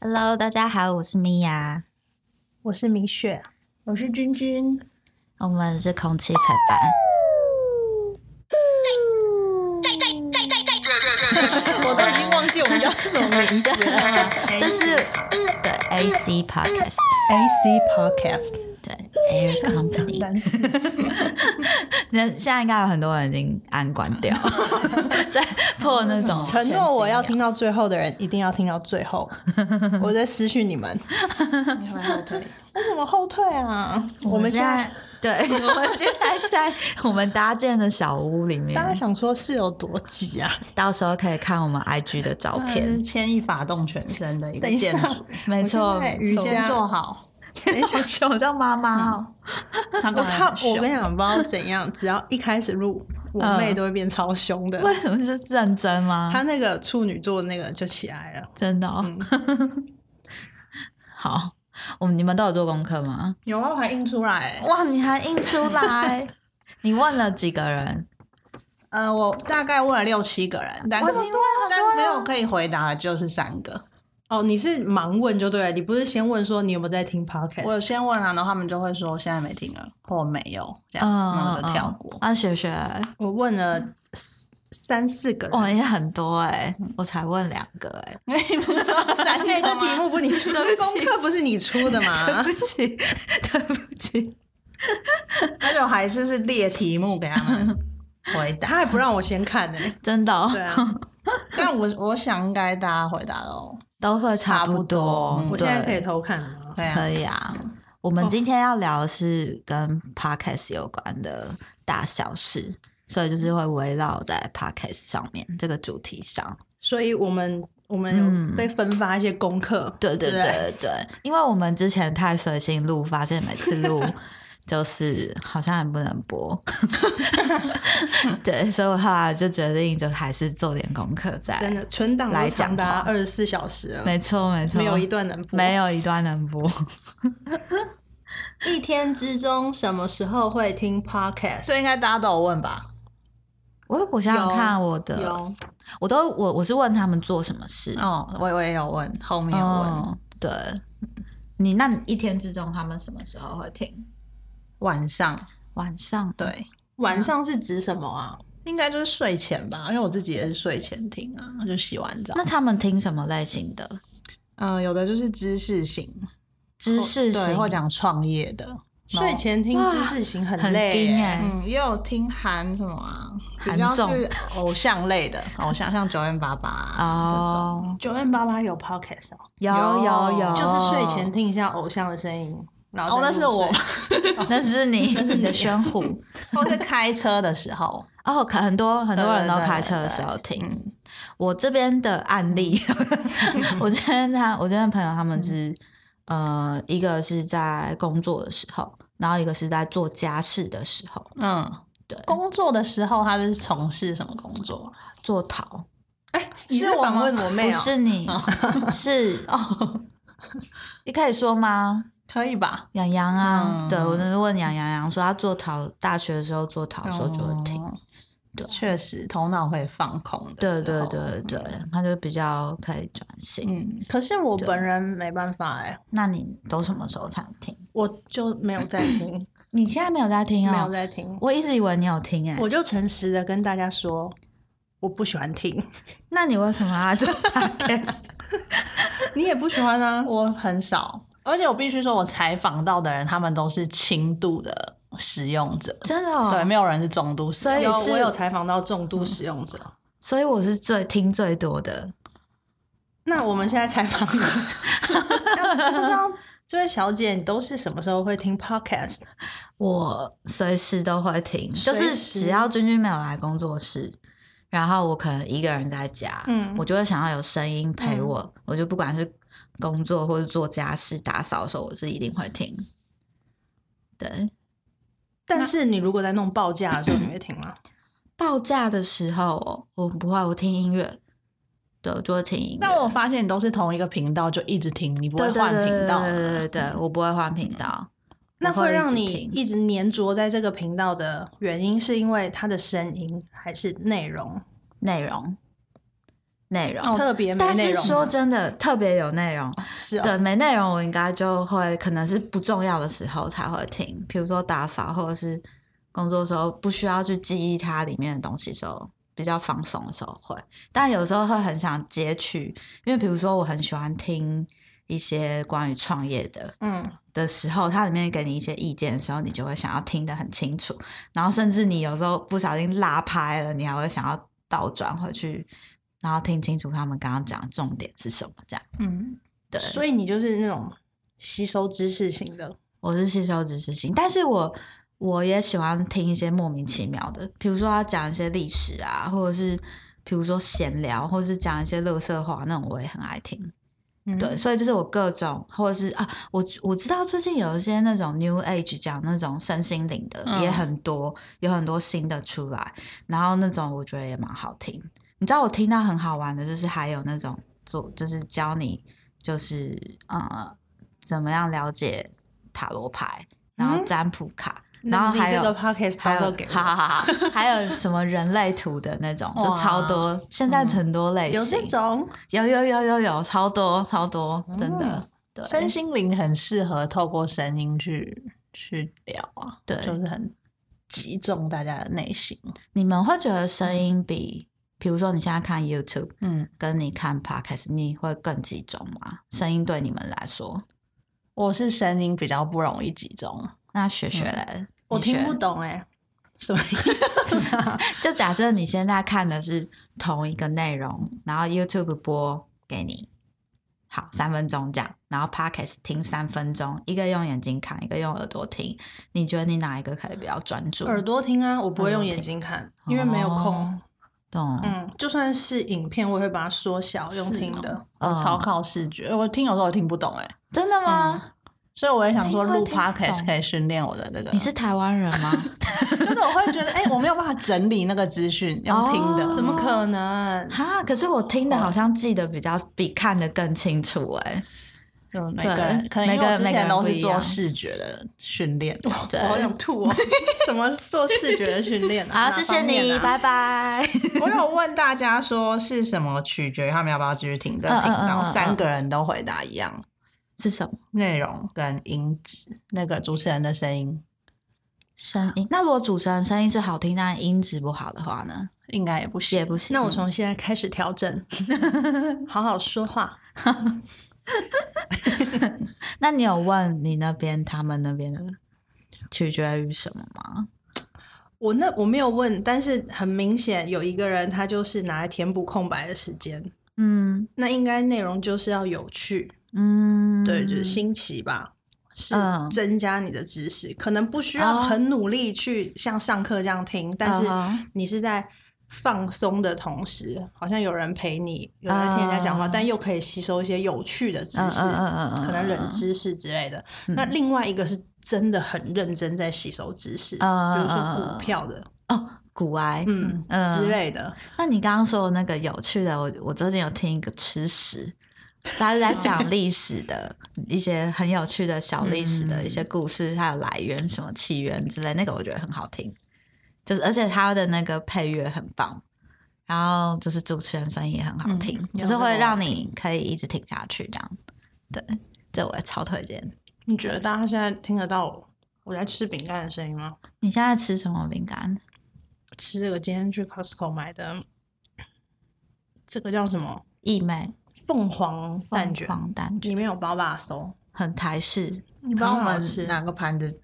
Hello，大家好，我是米娅，我是米雪，我是君君，我们是空气陪伴。我都已经忘记我们叫什么名字了。 这是对 AC Podcast， AC Podcast，对 Air Company。那现在应该有很多人已经按关掉，在破那种 承诺我要听到最后的人一定要听到最后。我在私讯你们，你还后退，为什么后退啊？我们现在对，我们现在在我们搭建的小屋里面大，家想说是有多急啊？到时候可以看我们 IG 的照是片。牵一发动全身的一个等一下建筑，没错，我现在没你错瑜先伽做好。等一下，熊叫妈妈哦。他我刚才他很我凶跟你讲，不知道怎样，只要一开始录，我嗯妹都会变超凶的。为什么是认真吗她？那个处女座那个就起来了，真的、哦。 好，我们你们都有做功课吗？有啊，我还印出来。哇，你还印出来？ 你问了几个人？ 呃，我大概问了六七个人，但是哇你问很多但没有可以回答的就是三个。哦，你是盲问就对了，你不是先问说你有没有在听 podcast？我有先问了，然后他们就会说现在没听了，或没有，这样，然后嗯，我就跳 过。啊，雪雪，我问了三四个人，哇，也很多哎、我才问两个哎、因为你不知道哎、三个这题吗？目不是你出的，对这不起功课不是你出的吗 对？不起，对不起， 那就还是是列题目给他们回答。他还不让我先看 呢、真的、哦对啊，但我我想应该大家回答喽。都会差不多。差不多嗯我现对，在可以偷看了吗？对啊可，以啊。我哦们今天要聊的是跟 podcast 有关的大小事，所以就是会围绕在 podcast 上面这个主题上。所以我们我们嗯有被分发一些功课，对对对对不对对，因为我们之前太随心录，发现每次 录就是好像也不能播， 对，所以我后来就决定就还是做点功课在。真的存档来都讲长达话二十四小时了，没错没错，没有一段能播没有一段能播。 一天之中什么时候会听 podcast？这应该大家都有问吧？我我想想看我的，有我都我我是问他们做什么事，哦，我我也有问，后面有问、哦，对，你那你一天之中他们什么时候会听？晚上，晚上对，晚上是指什么啊？应该就是睡前吧，因为我自己也是睡前听啊，就洗完澡那。他们听什么类型的嗯、有的就是知识型，知识对，型？或讲创业的，睡前听哇知识型很很累低耶、哎、嗯，也有听韩什么啊，韩比较综是偶像类的，偶像像九零八八啊这种。哦，九 N 八八有 podcast 哦，有有有，就是睡前，听一下偶像的声音，然后哦，再那入是我睡那是你，那是你的宣虎。或是开车的时候，哦，可很多很多人都对对对开车的时候听。嗯，我这边的案例， 我这边他，我这边朋友他们是，呃，一个是在工作的时候，然后一个是在做家事的时候， 嗯，对，工作的时候他是从事什么工作啊？做陶， 你是我访问吗我妹不啊、是你， 是哦，你可以说吗？可以吧？杨洋啊，嗯对我就是问杨洋洋说，他做陶大学的时候做陶的时候就会听，哦对确实头脑会放空对的时对候。对对，他就比较可以专心。嗯，可是我对本人没办法哎、那你都什么时候才听？我就没有在听，你现在没有在听没有哦？在听，我一直以为你有听哎、我就诚实的跟大家说，我不喜欢听，那你为什么要做 podcast？ 你也不喜欢啊。我很少，而且我必须说，我采访到的人，他们都是轻度的使用者，真的、哦、对，没有人是重度使用所以者。有是我有采访到重度使用者，所以我是最听最多的。那我们现在采访你，那我不知道这位小姐你都是什么时候会听 podcast？我随时都会听，就随是时只要君君没有来工作室，然后我可能一个人在家，嗯我就会想要有声音陪我，我就不管是工作或是做家事、打扫的时候，我是一定会听。对，但是你如果在弄报价的时候，你会听吗？报价的时候哦我不会，我听音乐，对，我就会听音乐。但我发现你都是同一个频道，就一直听，你不会对换频道啊。对对对对嗯对，我不会换频道。那我会会一直让你听一直粘着在这个频道的原因，是因为它的声音还是内容？内容，内容。哦特别没但内是容说吗真的，特别有内容。是哦对，没内容我应该就会可能是不重要的时候才会听，比如说打扫或者是工作的时候，不需要去记忆它里面的东西的时候，比较放松的时候会。但有时候会很想截取，因为比如说我很喜欢听一些关于创业的嗯，的时候，它里面给你一些意见的时候，你就会想要听得很清楚，然后甚至你有时候不小心拉拍了，你还会想要倒转回去。然后听清楚他们刚刚讲的重点是什么，这样嗯，对。所以你就是那种吸收知识型的，我是吸收知识型，但是我我也喜欢听一些莫名其妙的，比如说他讲一些历史啊，或者是比如说闲聊，或者是讲一些乐色话那种，我也很爱听。嗯对，所以就是我各种，或者是啊，我我知道最近有一些那种 New Age 讲那种身心灵的、嗯也很多，嗯有很多新的出来，然后那种我觉得也蛮好听。你知道我听到很好玩的，就是还有那种做，就是教你就是呃怎么样了解塔罗牌，然后占卜卡，然后嗯那你还有这个 podcast 还到时候有给我，好好好好，还有什么人类图的那种，就哇超 多，现在很多类型，嗯有这种有有有有有超多超多，哦真的。嗯对身心灵很适合透过声音去去聊啊，对就是很击中大家的内心。你们会觉得声音比，比如说你现在看 YouTube，嗯，跟你看 Podcast，你会更集中吗？声音对你们来说，我是声音比较不容易集中，那雪雪嗯嘞？我你学听不懂哎、什么意思、啊？就假设你现在看的是同一个内容，然后 YouTube 播给你，好三分钟这样，然后 Podcast 听三分钟，一个用眼睛看，一个用耳朵听，你觉得你哪一个可以比较专注？耳朵听啊，我不会耳朵用听哦眼睛看，因为没有空。懂？嗯，就算是影片，我也会把它缩小用听的。嗯哦我超靠视觉，我听有时候也听不懂哎、真的吗？所以我也想说听会听录不懂 podcast 可以训练我的那个。嗯你是台湾人吗？就是我会 觉得，哎、我没有办法整理那个资讯，用听的，哦怎么可能？哈，可是我听的好像记得比较比看的更清楚哎、就每个人对可能因为我之每个每个人前都不是一样做视觉的训练，对我好想吐 哦！什么做视觉的训练、啊？好，哪谢谢方面你，啊拜拜。 我有问大家说是什么取决于他们要不要继续听这个嗯嗯频道，嗯嗯三个人都回答一样， 是什么内容跟音质，那个主持人的声音声音？那如果主持人声音是好听，但音质不好的话呢？应该也不行。也不行。那我从现在开始调整，好好说话。那你有问你那边他们那边的取决于什么吗？我那我没有问，但是很明显有一个人，他就是拿来填补空白的时间。嗯那应该内容就是要有趣，嗯，对，就是新奇吧，是嗯哦增加你的知识，可能不需要很努力去像上课这样听，但是嗯哼你是在放松的同时，好像有人陪你，有人听人家讲话，嗯但又可以吸收一些有趣的知嗯嗯识，嗯嗯嗯，可能冷知识之类的。那另外一个是真的很认真在吸收知识，嗯比嗯嗯如说嗯股票的，哦，骨癌。嗯嗯之类的，那你刚刚说的那个有趣的，我我最近有听一个吃史，他是在讲历史 的一些很有趣的小历史嗯的一些故事，还有来源、什么起源之类，那个我觉得很好听，就是而且他的那个配乐很棒，然后就是主持人声音也很好听，嗯就是会让你可以一直听下去这样。对，这我也超推荐。你觉得大家现在听得到我我在吃饼干的声音吗？你现在吃什么饼干？吃这个今天去 Costco 买的，这个叫什么益美凤凰蛋卷，黄蛋卷，里面有包把手，很台式。 你帮我我们吃嗯拿个盘子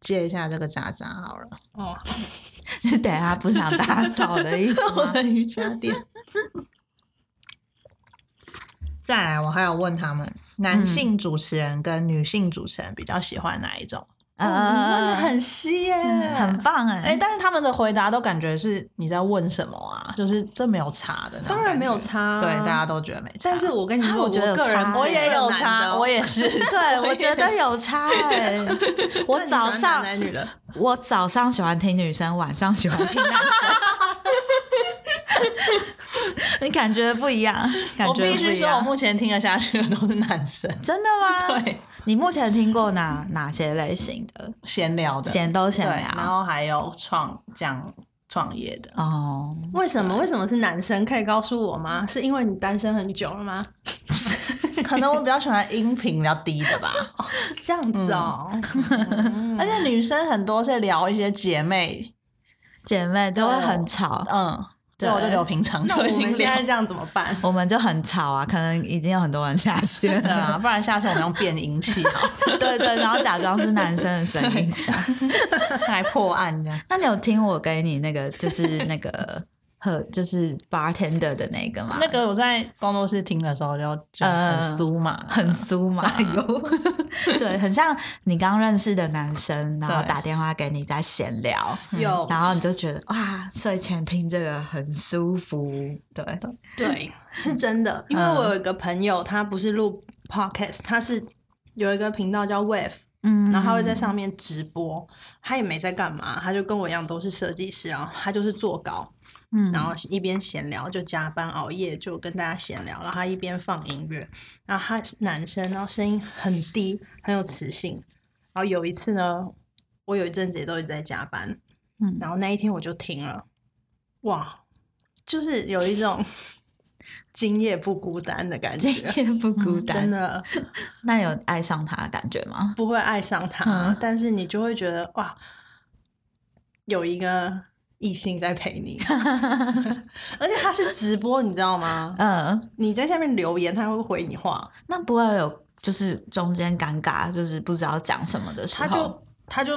借一下这个渣渣好了，哦，是等一下不想打扫的意思我吗？的瑜伽垫。 再来，我还有问他们，男性主持人跟女性主持人比较喜欢哪一种？嗯你问的很细耶，很棒哎、哎、但是他们的回答都感觉是你在问什么啊？就是这没有差的那种感觉，当然没有差啊对，大家都觉得没差。但是我跟你啊说，我觉得有个人差我也有男的 差，我也是。对，我觉得有差 哎、我那你喜早欢上男男女的，我早上喜欢听女生，晚上喜欢听男生。 你感觉不一样，感我觉不必须一说，我样。目前听得下去的都是男生，真的吗？对，你目前听过哪哪些类型的？闲聊的，闲都闲啊对，然聊，后还有创讲创业的？哦，为什么？为什么是男生？可以告诉我吗？是因为你单身很久了吗？ 可能我比较喜欢音频比较低的 吧，是这样子哦。嗯嗯而且女生很多是聊一些姐妹，姐妹就会很吵，嗯，对，我就对聊平常 那就我已们经现聊在这样怎么办？我们就很吵啊，可能已经有很多人下去对了。 啊，不然下次我们用变音器好 了，对对，然后假装是男生的声音。 来破案这样。那你有听我给你那个，就是那 个和就是 bartender 的那个吗？那个我在工作室听的时候就就嗯很酥嘛，很酥 嘛，有对，很像你刚认识的男生，然后对打电话给你在闲聊， 有嗯然后你就觉得哇，睡前听这个很舒服，对，对，是真嗯的，因为我有一个朋友，他不是录 podcast，他是有一个频道叫 Wave，嗯然后他会在上面直播，他也没在干嘛，他就跟我一样都是设计师，然后他就是做稿，嗯然后一边闲聊就加班熬夜就跟大家闲聊，然后他一边放音乐，然后他是男生，然后声音很低，很有磁性，然后有一次呢，我有一阵子也都一直在加班，嗯然后那一天我就停了，哇，就是有一种 今夜不孤单的感觉今。夜不孤单。嗯真的那有爱上他的感觉吗？不会爱上他，嗯但是你就会觉得哇，有一个异性在 陪你，而且他是直播，你知道吗？嗯，你在下面留言，他会回你话，那不会有就是中间尴尬，就是不知道讲什么的时他候，就他就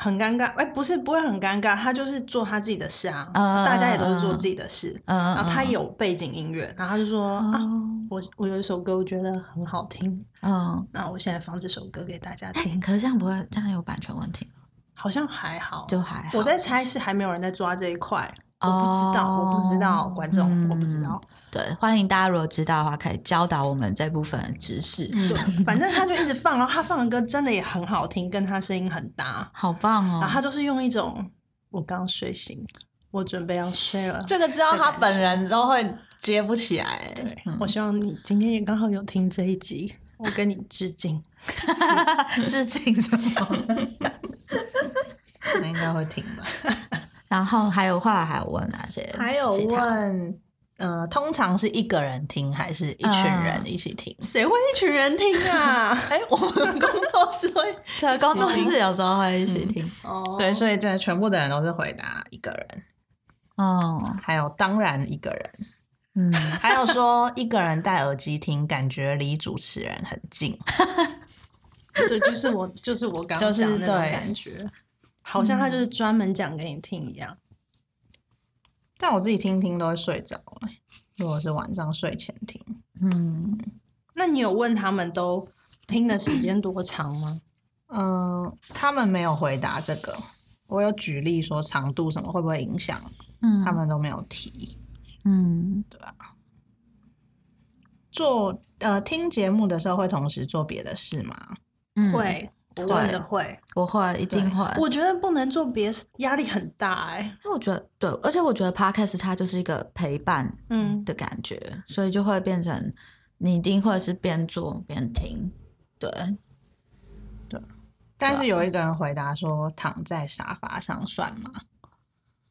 很尴尬，哎、不是不会很尴尬，他就是做他自己的事啊，嗯大家也都是做自己的事，嗯，然哦后他嗯有背景音乐，然后他就说、啊，我我有一首歌我觉得很好听，嗯，那我现在放这首歌给大家哎、听，可是这样不会，这样有版权问题吗，好像还好，就还好。我在猜是还没有人在抓这一块，哦我不知道，我不知哦道，观众、我不嗯知道。嗯对，欢迎大家如果知道的话，可以教导我们这部分的知识，对，反正他就一直放，然后他放的歌真的也很好听，跟他声音很搭。好棒哦！然后他就是用一种我刚睡醒，我准备要睡了。这个只要他本人都会接不起来。对，我希望你今天也刚好有听这一集，我跟你致敬。致敬什么？ 可能应该会听吧。然后还有后来还有问啊哪些？还有其他问，呃，通常是一个人听还是一群人一起听？ 谁会一群人听啊？哎、我们工作是会对工作室有时候会一起听，哦对，所以这全部的人都是回答一个人，哦，还有当然一个人，嗯，还有说一个人戴耳机听，感觉离主持人很近。对，就是我，就是我刚就刚是讲的那种对嗯感觉，好像他就是专门讲给你听一样。但我自己听听都会睡着、哎如果是晚上睡前听，嗯，那你有问他们都听的时间多长吗？嗯、他们没有回答这个。我有举例说长度什么会不会影响，嗯他们都没有提。嗯，做呃听节目的时候会同时做别的事吗？嗯，会，我问的会。我会一定会，我觉得不能做别的，压力很大哎、因为我觉得对，而且我觉得 podcast 它就是一个陪伴嗯，的感觉，所以就会变成你一定会是边做边听，对，但是有一个人回答说躺在沙发上算吗？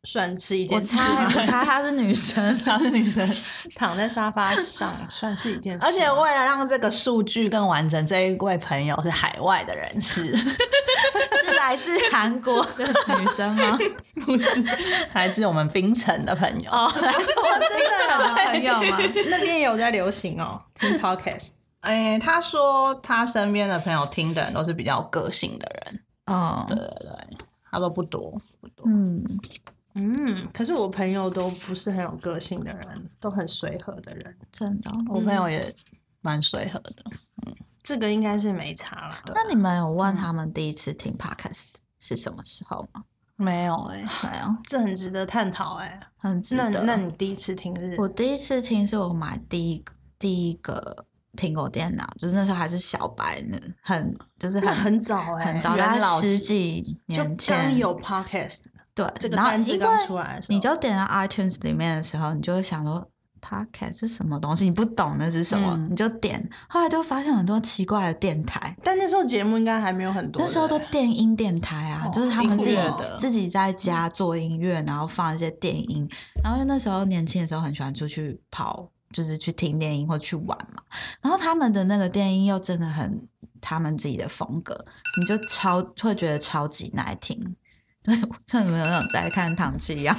算是一我件事猜吗我猜她是女生，啊她是女生， 躺在沙发 上算是一件事，而且为了让这个数据更完整，这一位朋友是海外的人士， 是来自韩国的女生吗？不是来自我们冰城的朋友。哦，来自我们冰城的朋友吗？那边也有在流行哦， 听 podcast。哎、他说他身边的朋友听的人都是比较有个性的人，哦，对对对，他说不多不多，嗯，嗯，可是我朋友都不是很有个性的人，都很随和的人，真的哦。嗯我朋友也蛮随和的。这个应该是没差啦。那你们有问他们第一次听 podcast 是什么时候吗？没有哎、没有，这很值得探讨哎、很值那得。那你第一次听是？我第一次听是我买第一个第一个苹果电脑，就是那时候还是小白呢，很就是那很很早哎、很早，元大概老十几级就年前刚有 podcast 对这个然后单字因刚为出来的时候，你就点到 iTunes 里面的时候，你就会想说 podcast 是什么东西，你不懂那是什么，嗯你就点。后来就发现很多奇怪的电台，但那时候节目应该还没有很多那人，时候都电音电台啊，哦就是他们自己挺酷的自己在家做音乐，然后放一些电音。然后因为那时候年轻的时候很喜欢出去跑，就是去听电音或去玩嘛。然后他们的那个电音又真的很他们自己的风格，你就超会觉得超级耐听。 就是我真的没有那种在看唐七一样，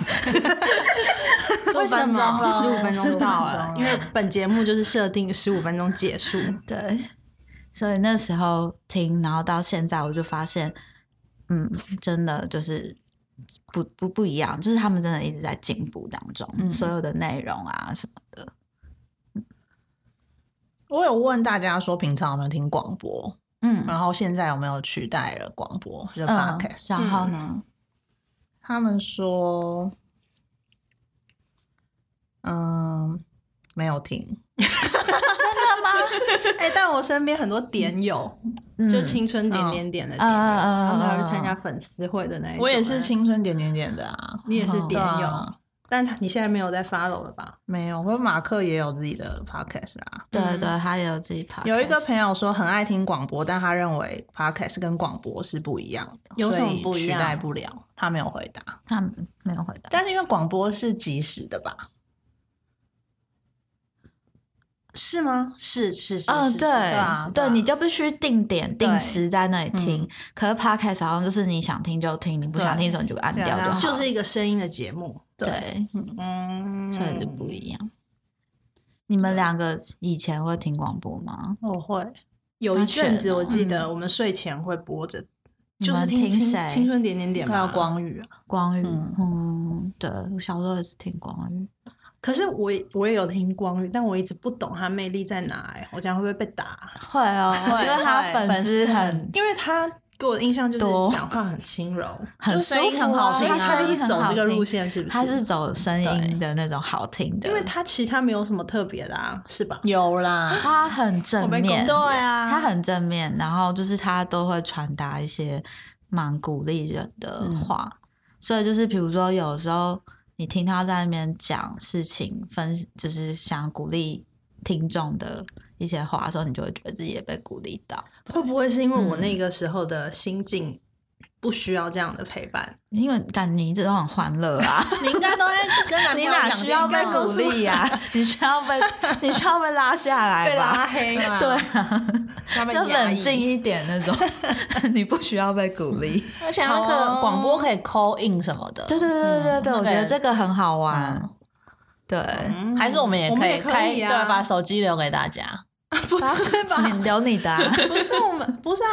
为什么十五分钟就到了了，因为本节目就是设定十五分钟结束。对，所以那时候听，然后到现在我就发现，嗯，真的就是不不不一样，就是他们真的一直在进步当中，嗯所有的内容啊什么的。我有问大家说，平常有没有听广播？嗯然后现在有没有取代了广播？就是嗯 podcast。然后呢？他们说，嗯，没有听。 哎、但我身边很多点友，嗯就青春点点点的点友，嗯嗯嗯嗯他们还会参加粉丝会的那一种。啊我也是青春点点点的啊，你也是点对友，啊，但他你现在没有在 follow 了吧？没有。或者马克也有自己的 podcast 啊。对嗯对，他也有自己跑。有一个朋友说很爱听广播，但他认为 podcast 跟广播是不一样哦的，有什么所以不一取样代不了。他没有回答，他没有回答，但是因为广播是即时的吧？是吗？是是是，嗯，是对啊对对，啊你就必须定点对定时在那里听。可是 podcast 好像就是你想听就听，你不想对听的时候你就按对啊掉就然好后。就是一个声音的节目。对，嗯，所以就不一样。你们两个以前会听广播吗？我会，有一阵子那选哦我记得我们睡前会播着，你就们是听听青谁青春点点点还有嘛。光宇啊，光宇，嗯嗯，对，我小时候也是听光宇，可是我也我也有听光宇，但我一直不懂他魅力在哪、欸。我这样会不会被打？会哦，会因为他会粉丝很因为他给我的印象就多是讲话很轻柔， 很就舒声音服很啊好所以听啊他他就是走这个路线，线，是不是？他是走声音的那种好听的，因为他其他没有什么特别的啊，是吧？有啦，他很正我被面，攻击啊他很正面，然后就是他都会传达一些蛮鼓励人的话，所以就是比如说有时候你听他在那边讲事情，分就是想鼓励听众的一些话的时候，你就会觉得自己也被鼓励到。会不会是因为我那个时候的心境不需要这样的陪伴？因为感觉你一直都很欢乐 啊，你应该都会跟男朋你友哪讲需这要个被鼓励呀、 啊？你需要被你需 要被拉下来吧？黑对嗯啊对啊，他们要压抑冷静一点那 种，你不需要被鼓 励。而且那个广播可以 call in 什么的，对对对对对，嗯我觉得这个很好玩嗯。对，嗯还是我们也我们可也以可开，以对，啊把手机留给大家。 不是吧？你留你的啊，不是我们，不是啊，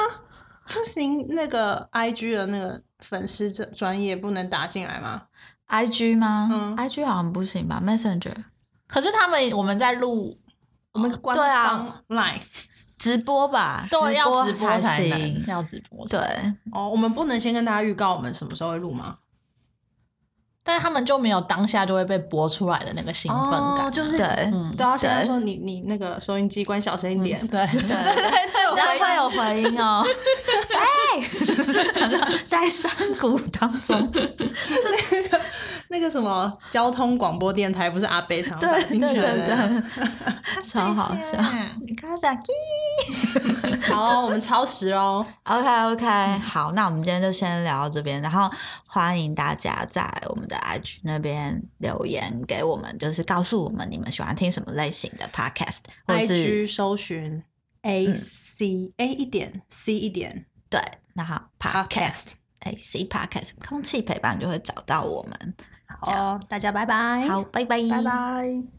不行，那个 I G 的那个粉丝专专业不能打进来吗？ IG 吗、嗯 i g 好像不行吧？Messenger 可是他们我们在录，我们官对啊方 Line 直播吧，都要直直播才能行。要直播。，对，哦，我们不能先跟大家预告我们什么时候会录吗？但是他们就没有当下就会被播出来的那个兴奋哦感。就是对嗯都要啊先对说你你那个收音机关小声一点嗯对，对这对样会有回音哦。哎，在山谷当中， 那个什么交通广播电台不是阿北常打对进对去对的？对，超好笑。你刚刚讲好，我们超时 喽， OK OK，好，那我们今天就先聊到这边，然后欢迎大家在我们的 IG 那边留言给我们，就是告诉我们你们喜欢听什么类型的 Podcast，或是 IG 搜寻 A C、A 一点 C 一点对，那好 Podcast，哎 C Podcast 空气陪伴就会找到我们。好，大家拜拜，哎好，，拜拜，拜拜。